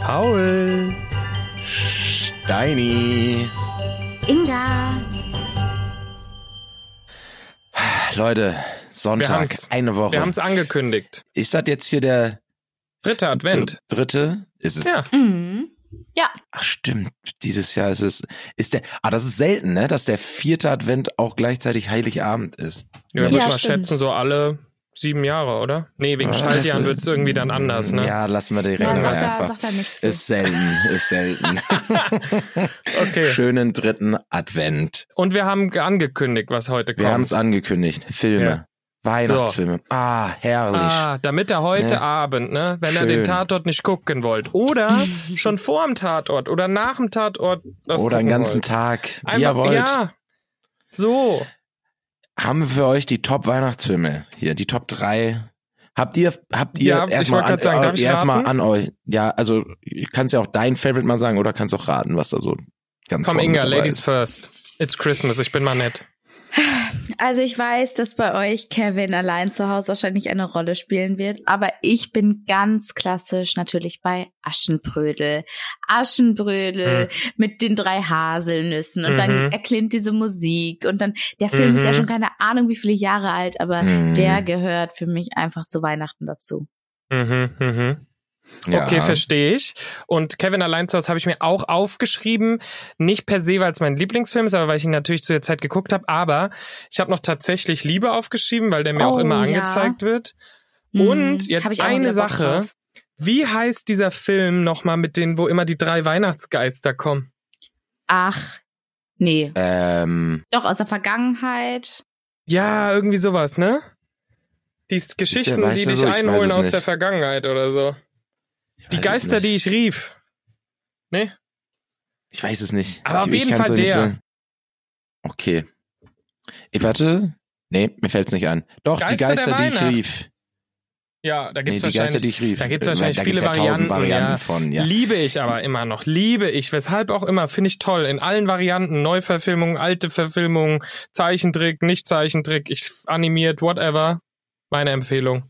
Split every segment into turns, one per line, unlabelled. Paul.
Steini.
Inga.
Leute,
Wir
Sonntag,
haben's-
eine Woche.
Wir haben es angekündigt.
Ist das jetzt hier der
Dritter Advent.
dr- dritte? Ist es?
Ja,
Mhm.
Ach stimmt, dieses Jahr ist es. Ist der? Ah, das ist selten, ne? Dass der vierte Advent auch gleichzeitig Heiligabend ist.
wir
Ja,
müssen mal
stimmt.
schätzen, so alle sieben Jahre, oder? Nee, wegen
Ah,
Schaltjahren
das-
wird es irgendwie dann anders, ne?
Ja, lassen wir die Regeln
Ja,
Regen
sagt, er,
einfach.
sagt er nichts. zu.
Ist selten, ist selten.
Okay.
Schönen dritten Advent.
Und wir haben ge- angekündigt, was heute
Wir haben
kommt.
es angekündigt. Filme.
Ja.
Weihnachtsfilme. Ah, herrlich.
Ah, damit er heute
Ja.
Abend, ne, wenn er
Schön.
den Tatort nicht gucken wollt, oder schon vor dem Tatort oder nach dem Tatort das
Oder einen
gucken
ganzen
wollt.
Tag. Wie ihr
Einfach-
wollt.
Ja. So.
haben wir für euch die Top Weihnachtsfilme hier, die Top 3. Habt ihr habt ihr
Ja, ich
erstmal
wollte
an, äh,
grad sagen, darf ich
erstmal
raten?
an euch. Ja, also kannst ja auch dein Favorite mal sagen oder kannst auch raten, was da so ganz
Komm,
vorne
Inga,
mit dabei
Ladies
ist.
first. It's Christmas, ich bin mal nett.
Also ich weiß, dass bei euch Kevin allein zu Hause wahrscheinlich eine Rolle spielen wird, aber ich bin ganz klassisch natürlich bei Aschenbrödel. Aschenbrödel mit den drei Haselnüssen und dann
Mhm.
erklingt diese Musik und dann der Film ist ja
Mhm.
schon keine Ahnung wie viele Jahre alt, aber
Mhm.
der gehört für mich einfach zu Weihnachten dazu.
Mhm, mhm.
Ja.
Okay, verstehe ich. Und Kevin allein zu Hause habe ich mir auch aufgeschrieben. Nicht per se, weil es mein Lieblingsfilm ist, aber weil ich ihn natürlich zu der Zeit geguckt habe. Aber ich habe noch tatsächlich Liebe aufgeschrieben, weil der mir auch
Oh,
immer
ja.
angezeigt wird.
Mhm,
Und jetzt
hab ich auch noch
eine
wieder Bock
Sache.
drauf.
Wie heißt dieser Film nochmal mit denen, wo immer die drei Weihnachtsgeister kommen?
Ach, nee.
Ähm,
Doch aus der Vergangenheit.
Ja, irgendwie sowas, ne? Die s- Geschichten,
weißt
die
du
dich
so, ich weiß
einholen
es
aus
nicht.
der Vergangenheit oder so.
ich
Die
weiß es
Geister,
nicht.
die ich rief. Nee?
ich weiß es nicht.
Aber
ich,
auf
ich
jeden
kann's
Fall
nicht
der.
sagen. Okay. Ich warte. Nee, mir fällt's nicht an. Doch, die Geister,
Geister der
die ich
Weihnacht.
rief.
Ja, da
Nee,
gibt's
die
wahrscheinlich
Geister, die ich rief.
da gibt's
Äh,
wahrscheinlich
da gibt's
viele
ja tausend
Varianten, ja.
Varianten von, ja.
Liebe ich aber immer noch, liebe ich, weshalb auch immer, finde ich toll. In allen Varianten, Neuverfilmung, alte Verfilmung, Zeichentrick, nicht Zeichentrick, ich animiert, whatever. Meine Empfehlung.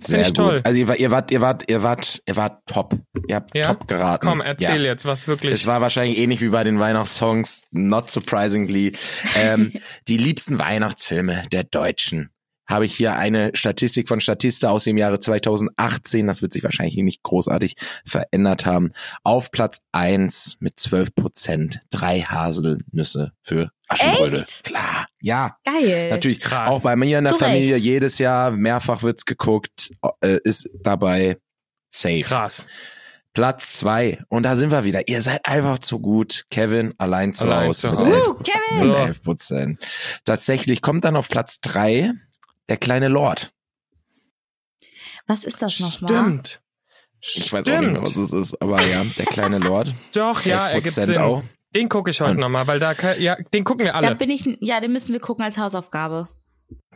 Sehr
ich
gut.
toll.
Also ihr, wa- ihr wart, ihr wart, ihr wart, ihr wart top. Ihr habt
Ja?
top geraten.
Komm,
ja.
erzähl jetzt, was wirklich.
Es war wahrscheinlich ähnlich wie bei den Weihnachtssongs, not surprisingly. Ähm, die liebsten Weihnachtsfilme der Deutschen. Habe ich hier eine Statistik von Statista aus dem Jahre 2018. Das wird sich wahrscheinlich nicht großartig verändert haben. Auf Platz eins mit 12 Prozent. Drei Haselnüsse für Aschenbrödel.
Echt?
Klar. Ja,
Geil.
natürlich.
krass.
Auch bei mir in der
Zu
Familie
Recht.
jedes Jahr mehrfach wird's geguckt. Äh, ist dabei safe.
Krass.
Platz zwei. Und da sind wir wieder. Ihr seid einfach zu gut. Kevin allein zu
Allein
Hause
zu
mit
Hause.
elf-
Uh, Kevin!
mit
So.
11 Prozent. Tatsächlich kommt dann auf Platz drei der kleine Lord.
Was ist das nochmal?
Stimmt.
Ich weiß
Stimmt.
auch nicht mehr, was es ist, aber ja, der kleine Lord.
Doch, ja,
11
ergibt
Prozent
Sinn.
auch.
Den gucke ich heute
Und-
nochmal, weil da, kann- ja, den gucken wir
Da
alle.
bin ich, ja, den müssen wir gucken als Hausaufgabe.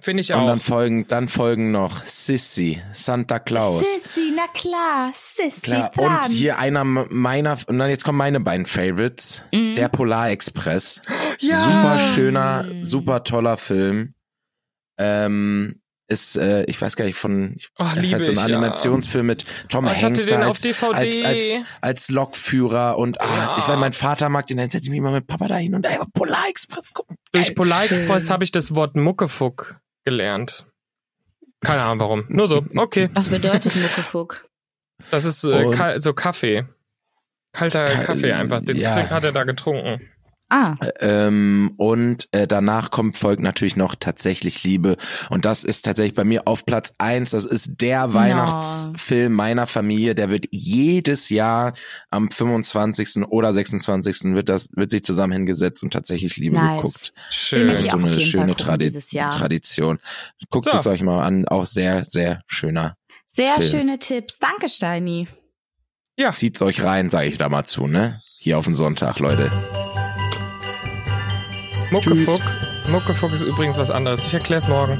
Finde ich
Und
auch.
dann folgen, dann folgen noch Sissy, Santa Claus.
Sissy, na klar, Sissy.
Klar. Und
Franz.
hier einer meiner, und dann jetzt kommen meine beiden Favorites.
Mhm.
Der Polarexpress.
Ja.
Super schöner, super toller Film. Ähm, ist, äh, ich weiß gar nicht, von, ich-
Oh,
das ist
liebe
halt so ein
ich, ja.
Animationsfilm mit Tom
Oh, ich
Hanks.
hatte den
da
auf
als,
DVD.
Als, als, als Lokführer und ah,
Ja.
ich meine, mein Vater mag den, dann setze ich mich mal mit Papa dahin und ey, Polar Express gucken.
Durch Polar Express
Schön.
habe ich das Wort Muckefuck gelernt. Keine Ahnung warum. Nur so. Okay.
Was bedeutet Muckefuck?
Das ist äh,
Und-
kal so Kaffee. Kalter
Kal-
Kaffee einfach. Den
ja.
Trick hat er da getrunken.
Ah,
Ähm, und äh, danach kommt folgt natürlich noch tatsächlich Liebe und das ist tatsächlich bei mir auf Platz eins. das ist der Weihnachtsfilm meiner Familie, der wird jedes Jahr am 25. oder 26. wird das wird sich zusammen hingesetzt und tatsächlich Liebe
Nice.
geguckt.
Den
Schön.
muss
Das ist
ich
so
auch auf
eine
jeden
schöne
Fall gucken
Tradi
dieses Jahr.
Tradition. Guckt
So.
es euch mal an, auch sehr sehr schöner.
sehr
Film.
schöne Tipps. Danke, Steini.
Ja.
Zieht's euch rein, sage ich da mal zu, ne? Hier auf den Sonntag, Leute.
Muckefuck. Muckefuck ist übrigens was anderes. Ich erkläre es morgen.